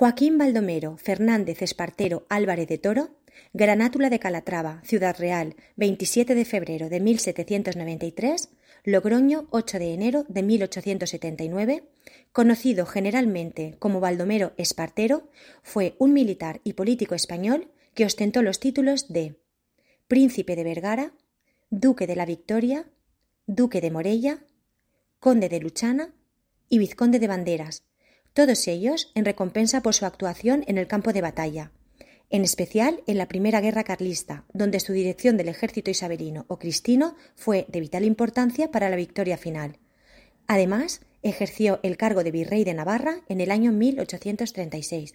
Joaquín Baldomero Fernández Espartero Álvarez de Toro, granátula de Calatrava, Ciudad Real, 27 de febrero de 1793, Logroño, 8 de enero de 1879, conocido generalmente como Baldomero Espartero, fue un militar y político español que ostentó los títulos de Príncipe de Vergara, Duque de la Victoria, Duque de Morella, Conde de Luchana y Vizconde de Banderas, todos ellos en recompensa por su actuación en el campo de batalla, en especial en la Primera Guerra Carlista, donde su dirección del ejército isabelino o cristino fue de vital importancia para la victoria final. Además, ejerció el cargo de virrey de Navarra en el año 1836.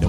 No